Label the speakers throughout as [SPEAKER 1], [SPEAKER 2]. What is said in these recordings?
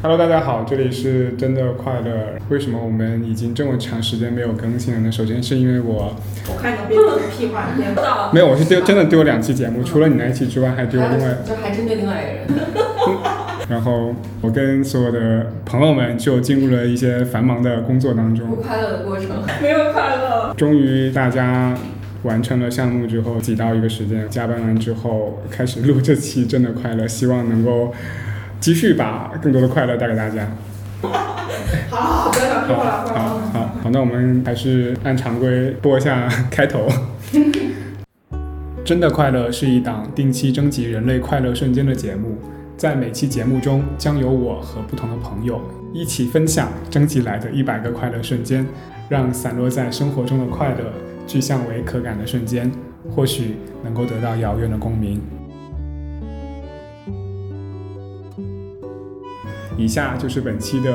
[SPEAKER 1] Hello，大家好，这里是真的快乐。为什么我们已经这么长时间没有更新了呢？首先是因为我
[SPEAKER 2] 我看你边说屁话边
[SPEAKER 3] 到
[SPEAKER 1] 没有，我是丢真的丢两期节目，除了你那一期之外，还丢了另 外。
[SPEAKER 3] 就还针对另外一个人，
[SPEAKER 1] 然后我跟所有的朋友们就进入了一些繁忙的工作当
[SPEAKER 3] 不
[SPEAKER 1] 中。
[SPEAKER 3] 快乐的过程。
[SPEAKER 2] 没有快乐。
[SPEAKER 1] 终于大家完成了项目之后，挤到一个时间，加班完之后开始录这期《真的快乐》，希望能够继续把更多的快乐带给大家。
[SPEAKER 2] 好了好了，不要讲屁
[SPEAKER 1] 好，
[SPEAKER 2] 话了，
[SPEAKER 1] 好
[SPEAKER 2] 不要讲屁话了。
[SPEAKER 1] 好好，那我们还是按常规播一下开头。 真的快乐是一档定期征集人类快乐瞬间的节目，在每期节目中，将由我和不同的朋友一起分享征集来的一百个快乐瞬间，让散落在生活中的快乐具象为可感的瞬间，或许能够得到遥远的共鸣。以下就是本期的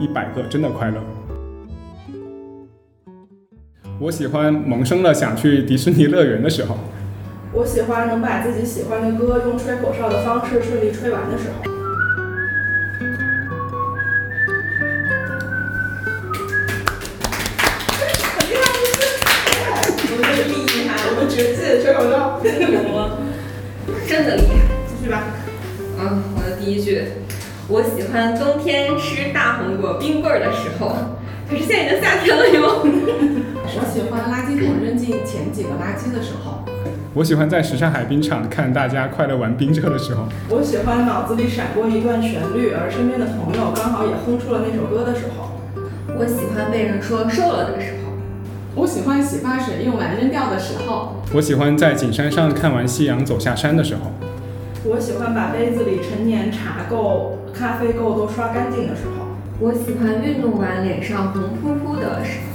[SPEAKER 1] 一百个真的快乐。我喜欢萌生了想去迪士尼乐园的时候。
[SPEAKER 2] 我喜欢能把自己喜欢的歌用吹口哨的方式顺利吹完的时候。肯定啊不是我们这个厉害，我们绝技吹口哨。
[SPEAKER 3] 我真的厉害。
[SPEAKER 2] 继续吧。
[SPEAKER 3] 嗯，我的第一句，我喜欢冬天吃大红果冰棍儿的时候，可是现在已经夏天了哟。
[SPEAKER 4] 我喜欢垃圾桶扔进前几个垃圾的时候，
[SPEAKER 1] 我喜欢在时尚海滨场看大家快乐玩冰车的时候。
[SPEAKER 2] 我喜欢脑子里闪过一段旋律，而身边的朋友刚好也哼出了那首歌的时候。
[SPEAKER 3] 我喜欢被人说瘦了的时候，
[SPEAKER 4] 我喜欢洗发水用完扔掉的时候，
[SPEAKER 1] 我喜欢在景山上看完夕阳走下山的时候。
[SPEAKER 2] 我喜欢把杯子里陈年茶垢、咖啡垢都刷干净的时候。
[SPEAKER 3] 我喜欢运动完脸上红扑扑的时候。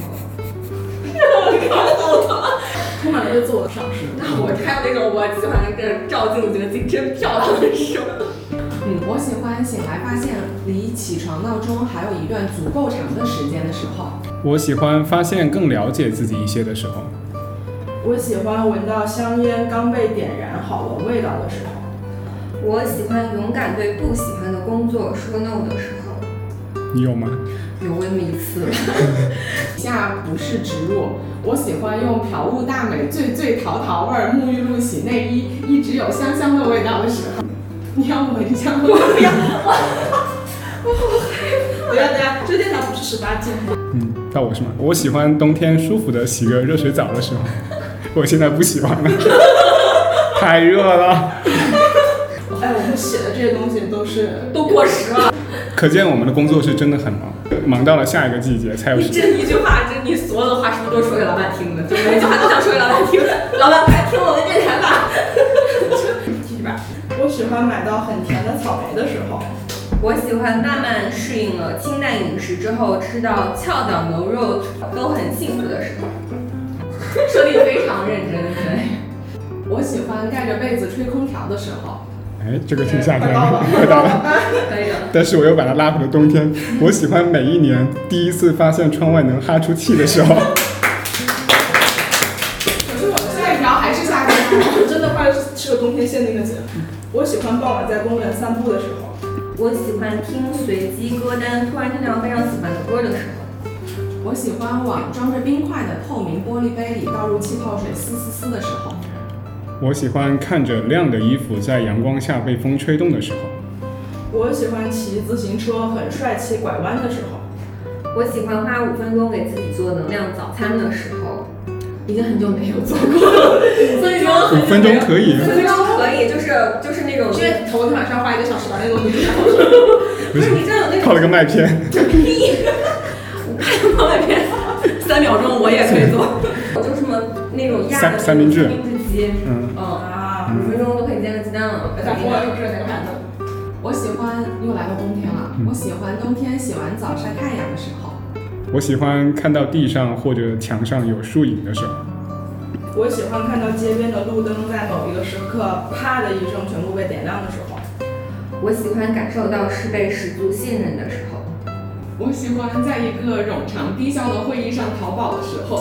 [SPEAKER 4] 充满了对自我的赏识。
[SPEAKER 3] 那我还有那种我喜欢这照镜子觉得自己真漂亮的时候。
[SPEAKER 4] 嗯，我喜欢醒来发现离起床闹钟还有一段足够长的时间的时候，
[SPEAKER 1] 我喜欢发现更了解自己一些的时候。
[SPEAKER 2] 我喜欢闻到香烟刚被点燃好闻味道的时候。
[SPEAKER 3] 我喜欢勇敢对不喜欢的工作说 no 的时候。
[SPEAKER 1] 你有吗？
[SPEAKER 3] 有那么一次。
[SPEAKER 4] 以下不是植入。我喜欢用朴物大美最最桃桃味儿沐浴露洗内衣，一直有香香的味道的时候。你要闻香吗？
[SPEAKER 2] 等下等下，这电台不是十八禁吗？
[SPEAKER 1] 嗯，到我是吗？我喜欢冬天舒服的洗个热水澡的时候。 我现在不喜欢了， 太热了。
[SPEAKER 2] 哎，我们写的这些东西都是
[SPEAKER 3] 都过时了，
[SPEAKER 1] 可见我们的工作是真的很忙，忙到了下一个季节才有
[SPEAKER 3] 你
[SPEAKER 1] 时间。
[SPEAKER 3] 这一句话，这你所有的话是不是都是说给老板听的？就每一句话都想说给老板听，老板快听我们电台吧。
[SPEAKER 2] 继续吧。我喜欢买到很甜的草莓的时候。
[SPEAKER 3] 我喜欢慢慢适应了清淡饮食之后，吃到翘脚牛肉都很幸福的时候。 说的非常认真，对。
[SPEAKER 4] 我喜欢盖着被子吹空调的时候。
[SPEAKER 1] 哎，这个挺夏 天
[SPEAKER 2] 快到
[SPEAKER 1] 的
[SPEAKER 2] 了，
[SPEAKER 1] 快到了。
[SPEAKER 3] 可以的。
[SPEAKER 1] 但是我又把它拉回了冬天。我喜欢每一年第一次发现窗外能哈出气的时候。
[SPEAKER 4] 可是我的下一条还是夏天。
[SPEAKER 2] 真的快是是个冬天限定的节目。我喜欢傍晚在公园散步的时候。
[SPEAKER 3] 我喜欢听随机歌单，突然听到非常喜欢的歌的时候。
[SPEAKER 4] 我喜欢往装着冰块的透明玻璃杯里倒入气泡水嘶嘶嘶的时候。
[SPEAKER 1] 我喜欢看着晾的衣服在阳光下被风吹动的时候。
[SPEAKER 2] 我喜欢骑自行车很帅气拐弯的时候。
[SPEAKER 3] 我喜欢花五分钟给自己做能量早餐的时候。
[SPEAKER 4] 已经很久没有做过了，所以说
[SPEAKER 1] 五分钟可以，
[SPEAKER 3] 五分钟可以，就是就是那种，
[SPEAKER 4] 为头天晚上花一个小时把那个 东西做好。
[SPEAKER 3] 不是你知道有那种
[SPEAKER 1] 靠了个麦片。
[SPEAKER 3] 放在边，三秒钟我也可以做。 我就什么那种压的那
[SPEAKER 1] 三
[SPEAKER 3] 种
[SPEAKER 1] 三明治
[SPEAKER 3] 三明治鸡，
[SPEAKER 1] 嗯，
[SPEAKER 3] 嗯，
[SPEAKER 2] 啊，
[SPEAKER 3] 五分钟都可以煎个鸡蛋了。
[SPEAKER 4] 是不是那个盘子？我喜欢又来到冬天了，我喜欢冬天洗完澡晒太阳的时候。
[SPEAKER 1] 我喜欢看到地上或者墙上有树影的时候。
[SPEAKER 2] 我喜欢看到街边的路灯在某一个时刻啪的一声全部被点亮的时候。
[SPEAKER 3] 我喜欢感受到是被十足信任的时候。
[SPEAKER 4] 我喜欢在一个冗长低效的会议上淘宝的时 候。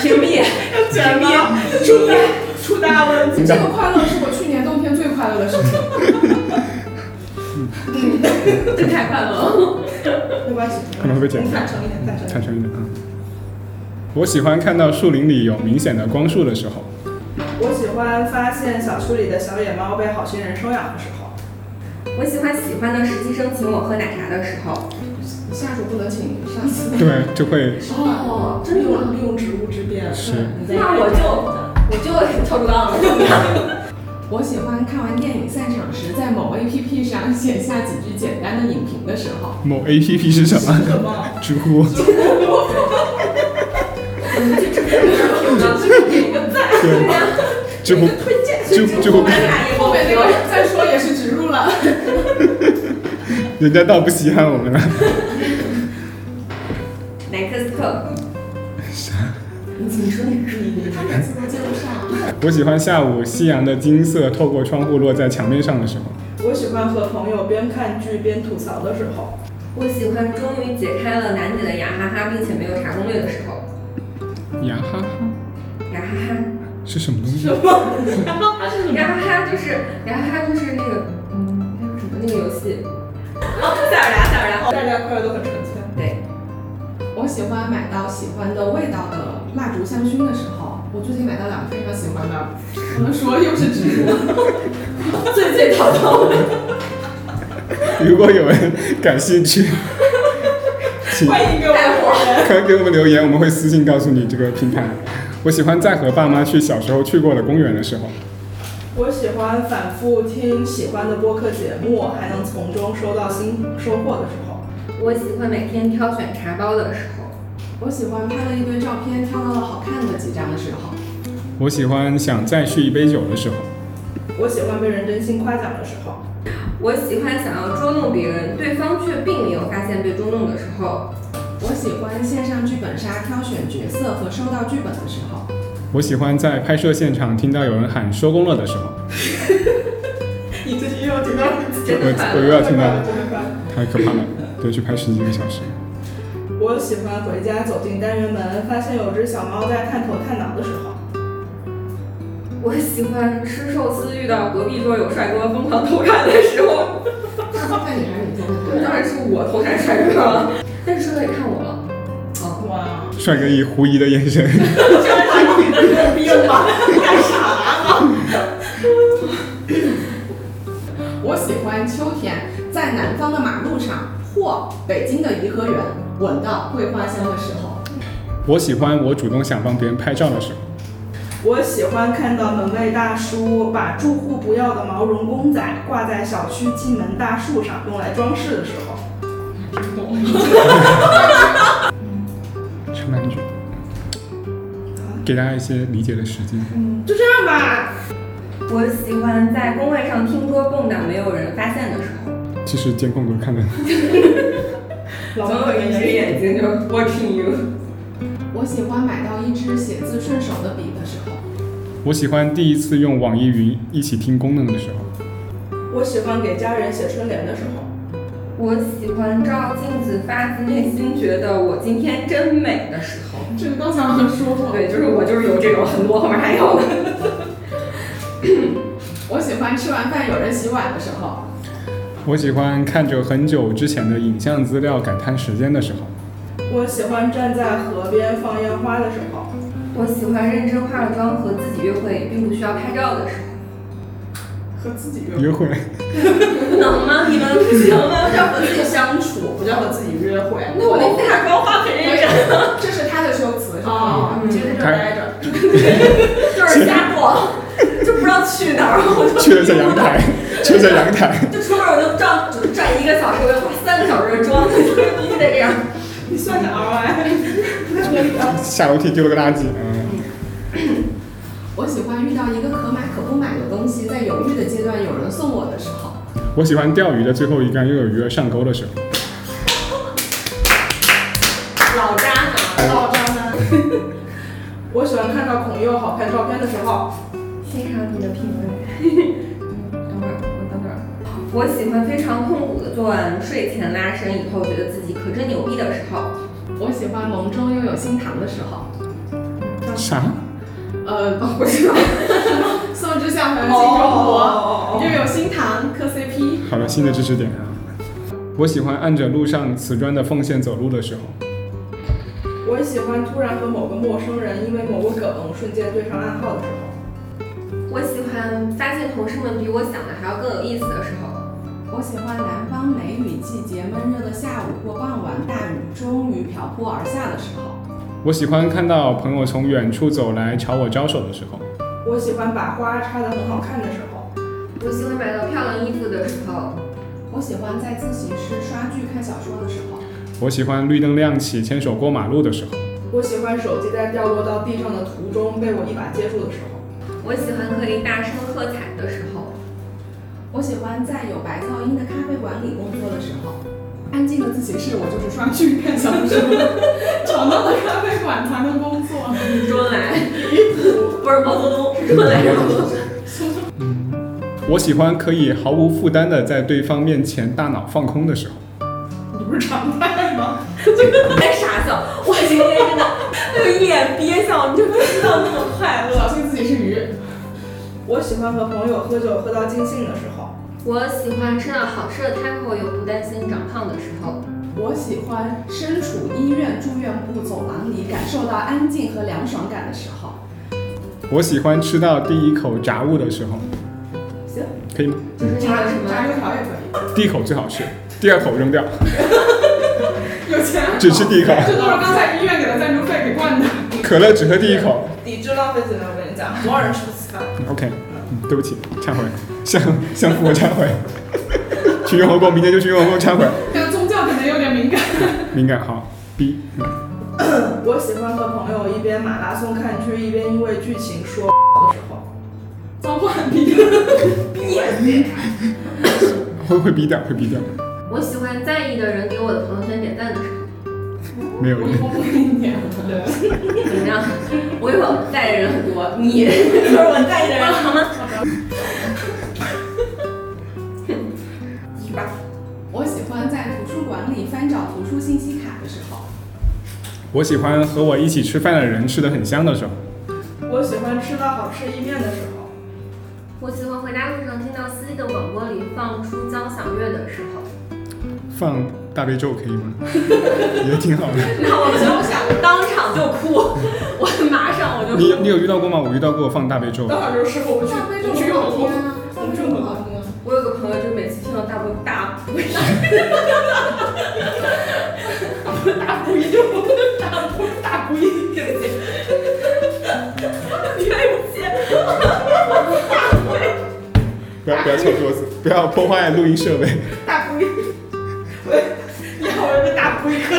[SPEAKER 3] 屏蔽，
[SPEAKER 2] 绝 密，出大出大问题！
[SPEAKER 4] 这个快乐是我去年冬天最快乐的事情。
[SPEAKER 3] 这太快乐了。
[SPEAKER 2] 没关系，
[SPEAKER 1] 可能会被剪
[SPEAKER 2] 你
[SPEAKER 1] 掉
[SPEAKER 2] 坦诚一点，坦
[SPEAKER 1] 产
[SPEAKER 2] 诚一点。
[SPEAKER 1] 生一点啊。我喜欢看到树林里有明显的光束的时候，
[SPEAKER 2] 我喜欢发现小区里的小野猫被好心人收养的时候。
[SPEAKER 3] 我喜欢喜欢的实习生请我喝奶茶的时候，
[SPEAKER 4] 下属不能请上司。
[SPEAKER 1] 对，就会
[SPEAKER 4] 手腕
[SPEAKER 3] 哦
[SPEAKER 2] 利用利用职务之便。嗯
[SPEAKER 1] 是
[SPEAKER 3] 那我嗯就我就跳竹杠了。
[SPEAKER 4] 我喜欢看完电影散场时，在某 APP 上写下几句简单的影评的时候。
[SPEAKER 1] 某 A P P 是什么？
[SPEAKER 2] 什么？
[SPEAKER 1] 知乎，对，知乎，知乎，知乎，
[SPEAKER 4] 后面那个再说也是植入了。
[SPEAKER 1] 人家倒不稀罕我们啊了。
[SPEAKER 3] 奶克斯特，
[SPEAKER 4] 你说你你他每次都接不上。啊
[SPEAKER 1] 我喜欢下午夕阳的金色透过窗户落在墙面上的时候，
[SPEAKER 2] 我喜欢和朋友边看剧边吐槽的时候。
[SPEAKER 3] 我喜欢终于解开了楠姐的雅哈哈，并且没有查攻略的时候，
[SPEAKER 1] 呀哈哈
[SPEAKER 3] 雅哈哈。
[SPEAKER 1] 是什么东西？
[SPEAKER 3] 然后他就是，然后他就是那个，嗯，那个什么那个游戏，哦，塞尔达，塞尔达，
[SPEAKER 2] 大家快乐都很纯粹。
[SPEAKER 3] 对，
[SPEAKER 4] 我喜欢买到喜欢的味道的蜡烛香薰的时候。我最近买到两个非常喜欢 的，不能说又是植入。
[SPEAKER 3] 最最头疼。
[SPEAKER 1] 如果有人感兴 趣，请
[SPEAKER 2] 欢迎给我
[SPEAKER 3] 带
[SPEAKER 2] 们留言。
[SPEAKER 1] 可以给我们留言，我们会私信告诉你这个平台。我喜欢在和爸妈去小时候去过的公园的时候，
[SPEAKER 2] 我喜欢反复听喜欢的播客节目，还能从中收到新收获的时候。
[SPEAKER 3] 我喜欢每天挑选茶包的时候，
[SPEAKER 4] 我喜欢拍了一堆照片，挑到了好看的几张的时候。
[SPEAKER 1] 我喜欢想再续一杯酒的时候，
[SPEAKER 2] 我喜欢被人真心夸奖的时候。
[SPEAKER 3] 我喜欢想要捉弄别人，对方却并没有发现被捉弄的时候，
[SPEAKER 4] 我喜欢线上剧本杀挑选角色和收到剧本的时候。
[SPEAKER 1] 我喜欢在拍摄现场听到有人喊收工了的时候，
[SPEAKER 2] 你最近又要听到
[SPEAKER 3] 真的快
[SPEAKER 1] 我又
[SPEAKER 3] 乐。
[SPEAKER 1] 要听到，
[SPEAKER 2] 真的快乐。
[SPEAKER 1] 太可怕了，对，去拍十几个小时。
[SPEAKER 2] 我喜欢回家走进单元门，发现有只小猫在探头探脑的时候。
[SPEAKER 3] 我喜欢吃寿司，遇到隔壁桌有帅哥疯狂偷看的时候，
[SPEAKER 4] 那你还是你做的对
[SPEAKER 3] 当然是我偷看帅哥了，但是帅哥也看我了。哦，
[SPEAKER 2] 哇，
[SPEAKER 1] 帅哥以狐疑的眼神，
[SPEAKER 4] 我喜欢秋天在南方的马路上或北京的颐和园闻到桂花香的时候。
[SPEAKER 1] 我喜欢我主动想帮别人拍照的时候，
[SPEAKER 2] 我喜欢看到门卫大叔把住户不要的毛绒公仔挂在小区进门大树上，用来装饰的时候。
[SPEAKER 1] 上半句，给大家一些理解的时间。
[SPEAKER 2] 就这样吧。
[SPEAKER 3] 我喜欢在工位上听歌蹦跶，没有人发现的时候，
[SPEAKER 1] 其实监控都看的，
[SPEAKER 2] 老
[SPEAKER 3] 总有一只眼睛就 watching you。
[SPEAKER 4] 我喜欢买到一支写字顺手的笔的时候。
[SPEAKER 1] 我喜欢第一次用网易云一起听功能的时候，
[SPEAKER 2] 我喜欢给家人写春联的时候。
[SPEAKER 3] 我喜欢照镜子，发自内心觉得我今天真美的时候。
[SPEAKER 4] 这个刚才好像说过。
[SPEAKER 3] 对，就是我就是有这种很多，后面还有的。
[SPEAKER 4] 我喜欢吃完饭有人洗碗的时候。
[SPEAKER 1] 我喜欢看着很久之前的影像资料感叹时间的时候，
[SPEAKER 2] 我喜欢站在河边放烟花的时候。
[SPEAKER 3] 我喜欢认真化了妆和自己约会，并不需要拍照的时候。
[SPEAKER 2] 和自己
[SPEAKER 1] 约会，
[SPEAKER 3] 不能吗？你们不行吗？
[SPEAKER 2] 要和自己相处，不叫和自己约会。
[SPEAKER 3] 那我那大妆化很认真，
[SPEAKER 4] 这是他的修辞。
[SPEAKER 2] 哦，你就在这儿待着。
[SPEAKER 3] 就是瞎逛，就不知道去哪儿，然后就
[SPEAKER 1] 去了在阳台， 去了在阳台，
[SPEAKER 3] 就出门我就站站一个小时，我就化三个小时的妆，就是必须得这样。
[SPEAKER 2] 你算算 ROI，太合理了。
[SPEAKER 1] 下楼梯丢了个垃圾，嗯，
[SPEAKER 4] 我喜欢遇到一个可买可不买的东西，在犹豫的阶段有人送我的时候。
[SPEAKER 1] 我喜欢钓鱼的最后一竿又有鱼儿上钩的时候，
[SPEAKER 3] 老渣男。
[SPEAKER 2] 老张呢？ 我喜欢看到孔佑好看照片的时候。
[SPEAKER 3] 欣赏你的品味。 等会儿，我等会儿。我喜欢非常痛苦的做完睡前拉伸以后，觉得自己可真牛逼的时候。
[SPEAKER 4] 我喜欢萌中又有新糖的时候。
[SPEAKER 1] 啥？
[SPEAKER 4] 呃，
[SPEAKER 3] 不是吧？
[SPEAKER 4] 宋智孝和金钟
[SPEAKER 2] 哦
[SPEAKER 4] 国
[SPEAKER 2] 哦哦
[SPEAKER 4] 又有新糖磕 CP。
[SPEAKER 1] 好了，新的知识点。我喜欢按着路上瓷砖的缝线走路的时候。
[SPEAKER 2] 我喜欢突然和某个陌生人因为某个梗瞬间对上暗号的时候。
[SPEAKER 3] 我喜欢发现同事们比我想的还要更有意思的时候。
[SPEAKER 4] 我喜欢南方梅雨季节闷热的下午或傍晚，大雨终于瓢泼而下的时候。
[SPEAKER 1] 我喜欢看到朋友从远处走来朝我招手的时候。
[SPEAKER 2] 我喜欢把花插得很好看的时候。
[SPEAKER 3] 我喜欢买到漂亮衣服的时候。
[SPEAKER 4] 我喜欢在自习室刷剧看小说的时候。
[SPEAKER 1] 我喜欢绿灯亮起牵手过马路的时候。
[SPEAKER 2] 我喜欢手机在掉落到地上的途中被我一把接住的时候。
[SPEAKER 3] 我喜欢可以大声喝彩的时候。
[SPEAKER 4] 我喜欢在有白噪音的咖啡馆里工作的时候。安静的自习室，我就是刷剧看小说， 吵闹的咖啡馆才能工作。
[SPEAKER 3] 周恩来，不是毛泽东，是周 恩来让我。
[SPEAKER 1] 我喜欢可以毫无负担的在对方面前大脑放空的时候。
[SPEAKER 4] 你不是常态吗？
[SPEAKER 3] 还哎傻笑，我今天真的就一脸憋笑，你就不知道那么快乐。
[SPEAKER 4] 小心自己是鱼。
[SPEAKER 2] 我喜欢和朋友喝酒喝到尽兴的时候。
[SPEAKER 3] 我喜欢吃到好吃的 taco 又不担心长胖的时候。
[SPEAKER 4] 我喜欢身处医院住院部走廊里，感受到安静和凉爽感的时候。
[SPEAKER 1] 我喜欢吃到第一口炸物的时候。
[SPEAKER 4] 行，
[SPEAKER 1] 可以吗？
[SPEAKER 3] 就是那个什
[SPEAKER 4] 炸
[SPEAKER 3] 么，
[SPEAKER 4] 油条也可
[SPEAKER 1] 第一口最好吃，第二口扔掉，
[SPEAKER 4] 以，有钱啊
[SPEAKER 1] 只吃第一口。
[SPEAKER 4] 这都是刚才医院给的赞助费给灌的。
[SPEAKER 1] 可乐只喝第一口。
[SPEAKER 2] 抵制浪费资源，我跟你讲，多少人吃不起饭？
[SPEAKER 1] OK，嗯，对不起，忏悔， 向向父母忏悔。 去雍和宫，明天就去雍和宫忏悔。
[SPEAKER 4] 对宗教可能有点敏感。
[SPEAKER 1] 敏感好，B。嗯
[SPEAKER 2] 我喜欢和朋友一边马拉松看剧，一边因为剧情说的时候。
[SPEAKER 4] 脏话很敏感。
[SPEAKER 1] 会会逼掉，会逼掉，
[SPEAKER 3] 我喜欢在意的人给我的朋友圈点赞的时候。
[SPEAKER 1] 没有
[SPEAKER 4] 我以
[SPEAKER 1] 人。
[SPEAKER 4] 后不跟你点了。
[SPEAKER 3] 怎么样？ 我有在意的人很多，你就是我在意的人好吗？
[SPEAKER 4] 我喜欢在图书馆里翻找图书信息卡的时候。
[SPEAKER 1] 我喜欢和我一起吃饭的人吃的很香的时候。
[SPEAKER 2] 我喜欢吃到好吃意面的时候。
[SPEAKER 3] 我喜欢回家路上听到司机的广播里放出交响乐的时 候。
[SPEAKER 1] 放大悲咒可以吗？ 也挺好的。
[SPEAKER 3] 然后我就想当场就哭， 我马上我就
[SPEAKER 1] 你你有遇到过吗？我遇到过放大悲咒的。
[SPEAKER 2] 等会儿就是我们去
[SPEAKER 4] 大悲咒
[SPEAKER 2] 我们去
[SPEAKER 4] 很好
[SPEAKER 2] 用
[SPEAKER 4] 听
[SPEAKER 2] 过，
[SPEAKER 4] 啊，
[SPEAKER 2] 我们去用过。
[SPEAKER 3] 我有个朋友，就每次听到大不大不是
[SPEAKER 4] 大不一，大不大不一。
[SPEAKER 1] 不
[SPEAKER 3] 对不起，
[SPEAKER 1] 要不要敲桌子，不要破坏录音设备。
[SPEAKER 2] 大龟，你好，我是大龟哥。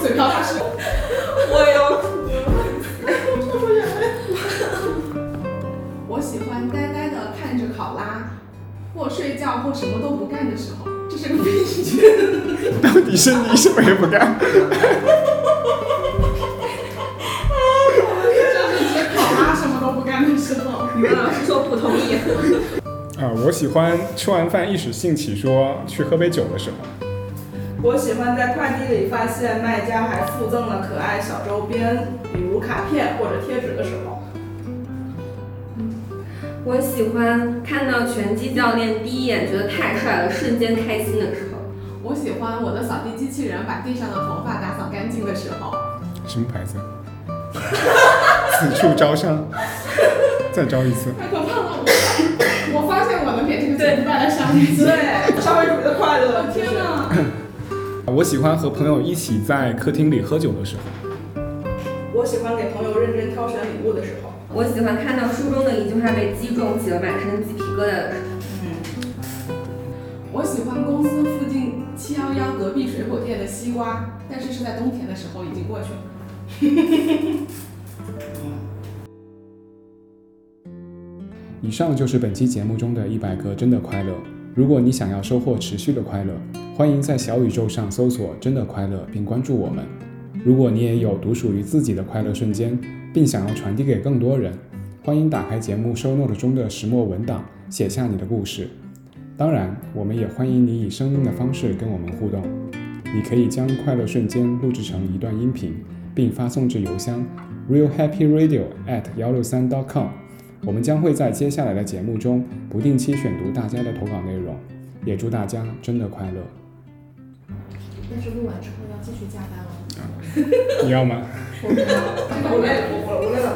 [SPEAKER 4] 嘴瓢大师。
[SPEAKER 3] 我要哭。
[SPEAKER 4] 我喜欢呆呆的看着考拉，或睡觉或什么都不干的时候，这是个必须。
[SPEAKER 1] 到底是你什么也不干？
[SPEAKER 4] 这是指考拉什么都不干的时 候。
[SPEAKER 3] 语文老师说不同意。
[SPEAKER 1] 啊、我喜欢吃完饭一时兴起说去喝杯酒的时候。
[SPEAKER 2] 我喜欢在快递里发现卖家还附赠了可爱小周边，比如卡片或者贴纸的时候。
[SPEAKER 3] 我喜欢看到拳击教练第一眼觉得太帅了，瞬间开心的时候。
[SPEAKER 4] 我喜欢我的扫地机器人把地上的头发打扫干净的时候。
[SPEAKER 1] 什么牌子？ 此处招商，再招一次。
[SPEAKER 4] 太可怕了！我我发现我能给这个节目带来商机。
[SPEAKER 2] 对，社会主义的快乐，
[SPEAKER 4] 天哪！
[SPEAKER 1] 我喜欢和朋友一起在客厅里喝酒的时候。
[SPEAKER 2] 我喜欢给朋友认真挑选礼物的时候。
[SPEAKER 3] 我喜欢看到书中的一句话被击中，起了满身鸡皮疙瘩的时候。
[SPEAKER 2] 嗯，
[SPEAKER 4] 我喜欢公司附近七幺幺隔壁水果店的西瓜，但是是在冬天的时候已经过去了。
[SPEAKER 1] 以上就是本期节目中的一百个真的快乐。如果你想要收获持续的快乐，欢迎在小宇宙上搜索“真的快乐”并关注我们。如果你也有独属于自己的快乐瞬间，并想要传递给更多人，欢迎打开节目 show note 中的石墨文档，写下你的故事。当然，我们也欢迎你以声音的方式跟我们互动。你可以将快乐瞬间录制成一段音频，并发送至邮箱 realhappyradio@ at 163.com。我们将会在接下来的节目中不定期选读大家的投稿内容，也祝大家真的快乐。
[SPEAKER 4] 但是录完之后要继续加班了。
[SPEAKER 1] 你要吗？
[SPEAKER 2] 我累了，我我累了。